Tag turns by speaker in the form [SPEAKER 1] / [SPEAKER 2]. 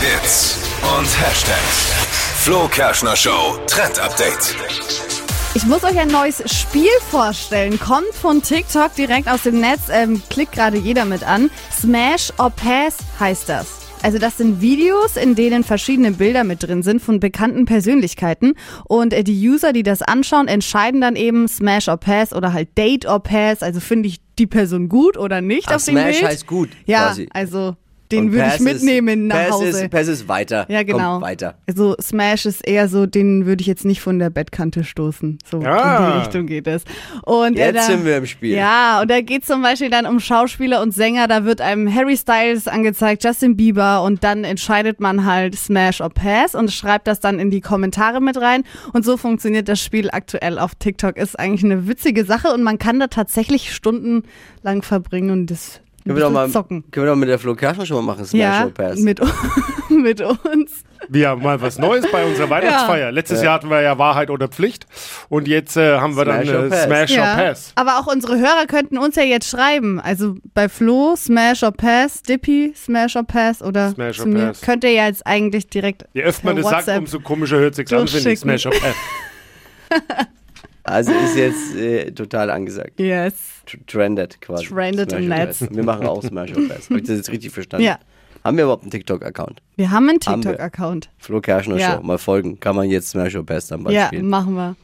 [SPEAKER 1] Hits und Hashtags. Flo Kerschner Show Trend Update.
[SPEAKER 2] Ich muss euch ein neues Spiel vorstellen. Kommt von TikTok direkt aus dem Netz. Ähm, klickt gerade jeder mit an. Smash or Pass heißt das. Also das sind Videos, in denen verschiedene Bilder mit drin sind von bekannten Persönlichkeiten. Und äh, die User, die das anschauen, entscheiden dann eben Smash or Pass oder halt Date or Pass. Also finde ich die Person gut oder nicht
[SPEAKER 3] Ach,
[SPEAKER 2] auf dem
[SPEAKER 3] Smash
[SPEAKER 2] Bild.
[SPEAKER 3] heißt gut
[SPEAKER 2] Ja,
[SPEAKER 3] quasi.
[SPEAKER 2] also den
[SPEAKER 3] Und
[SPEAKER 2] würde
[SPEAKER 3] Pass
[SPEAKER 2] ich mitnehmen
[SPEAKER 3] ist,
[SPEAKER 2] nach
[SPEAKER 3] Pass
[SPEAKER 2] Hause.
[SPEAKER 3] Ist, Pass ist weiter.
[SPEAKER 2] Ja, genau.
[SPEAKER 3] Komm, weiter.
[SPEAKER 2] Also Smash ist eher so, den würde ich jetzt nicht von der Bettkante stoßen. So in
[SPEAKER 3] Ah.
[SPEAKER 2] die Richtung geht es. Und
[SPEAKER 3] Jetzt
[SPEAKER 2] äh, da,
[SPEAKER 3] sind wir im Spiel.
[SPEAKER 2] Ja, und da geht zum Beispiel dann um Schauspieler und Sänger. Da wird einem Harry Styles angezeigt, Justin Bieber und dann entscheidet man halt Smash or Pass und schreibt das dann in die Kommentare mit rein. Und so funktioniert das Spiel aktuell auf TikTok. Ist eigentlich eine witzige Sache und man kann da tatsächlich stundenlang verbringen und das ein
[SPEAKER 3] Können wir, doch
[SPEAKER 2] bisschen
[SPEAKER 3] mal,
[SPEAKER 2] zocken.
[SPEAKER 3] können wir doch mit der Flo Kerschner schon mal machen, Smash
[SPEAKER 2] Ja,
[SPEAKER 3] or Pass.
[SPEAKER 2] mit, mit uns.
[SPEAKER 4] Wir haben mal was Neues bei unserer Weihnachtsfeier. Letztes Jahr hatten wir ja Wahrheit oder Pflicht und jetzt äh, haben wir
[SPEAKER 3] Smash or
[SPEAKER 4] dann äh,
[SPEAKER 3] Pass.
[SPEAKER 4] Smash
[SPEAKER 2] Ja,
[SPEAKER 4] or Pass.
[SPEAKER 2] Aber auch unsere Hörer könnten uns ja jetzt schreiben. Also bei Flo, Smash or Pass, Dippy, Smash or Pass oder
[SPEAKER 4] Smash or
[SPEAKER 2] zu mir.
[SPEAKER 4] Pass.
[SPEAKER 2] Könnt ihr ja jetzt eigentlich direkt
[SPEAKER 4] Je öfter man
[SPEAKER 2] per
[SPEAKER 4] das sagt,
[SPEAKER 2] WhatsApp.
[SPEAKER 4] umso komischer hört sich an, finde ich.
[SPEAKER 2] durchschicken.
[SPEAKER 4] Smash or Pass.
[SPEAKER 3] Also ist jetzt äh, total angesagt.
[SPEAKER 2] Yes.
[SPEAKER 3] Tr- Trended quasi.
[SPEAKER 2] Trended
[SPEAKER 3] Smash
[SPEAKER 2] im
[SPEAKER 3] or
[SPEAKER 2] Netz.
[SPEAKER 3] Pass. Wir machen auch Smash or Pass. Habe ich das jetzt richtig verstanden?
[SPEAKER 2] Ja.
[SPEAKER 3] Haben wir überhaupt einen TikTok-Account?
[SPEAKER 2] Wir haben einen
[SPEAKER 3] Haben wir.
[SPEAKER 2] TikTok-Account.
[SPEAKER 3] Flo Kerschner
[SPEAKER 2] Ja.
[SPEAKER 3] Show. Mal folgen. Kann man jetzt Smash or Pass dann bald
[SPEAKER 2] Ja,
[SPEAKER 3] spielen.
[SPEAKER 2] machen wir.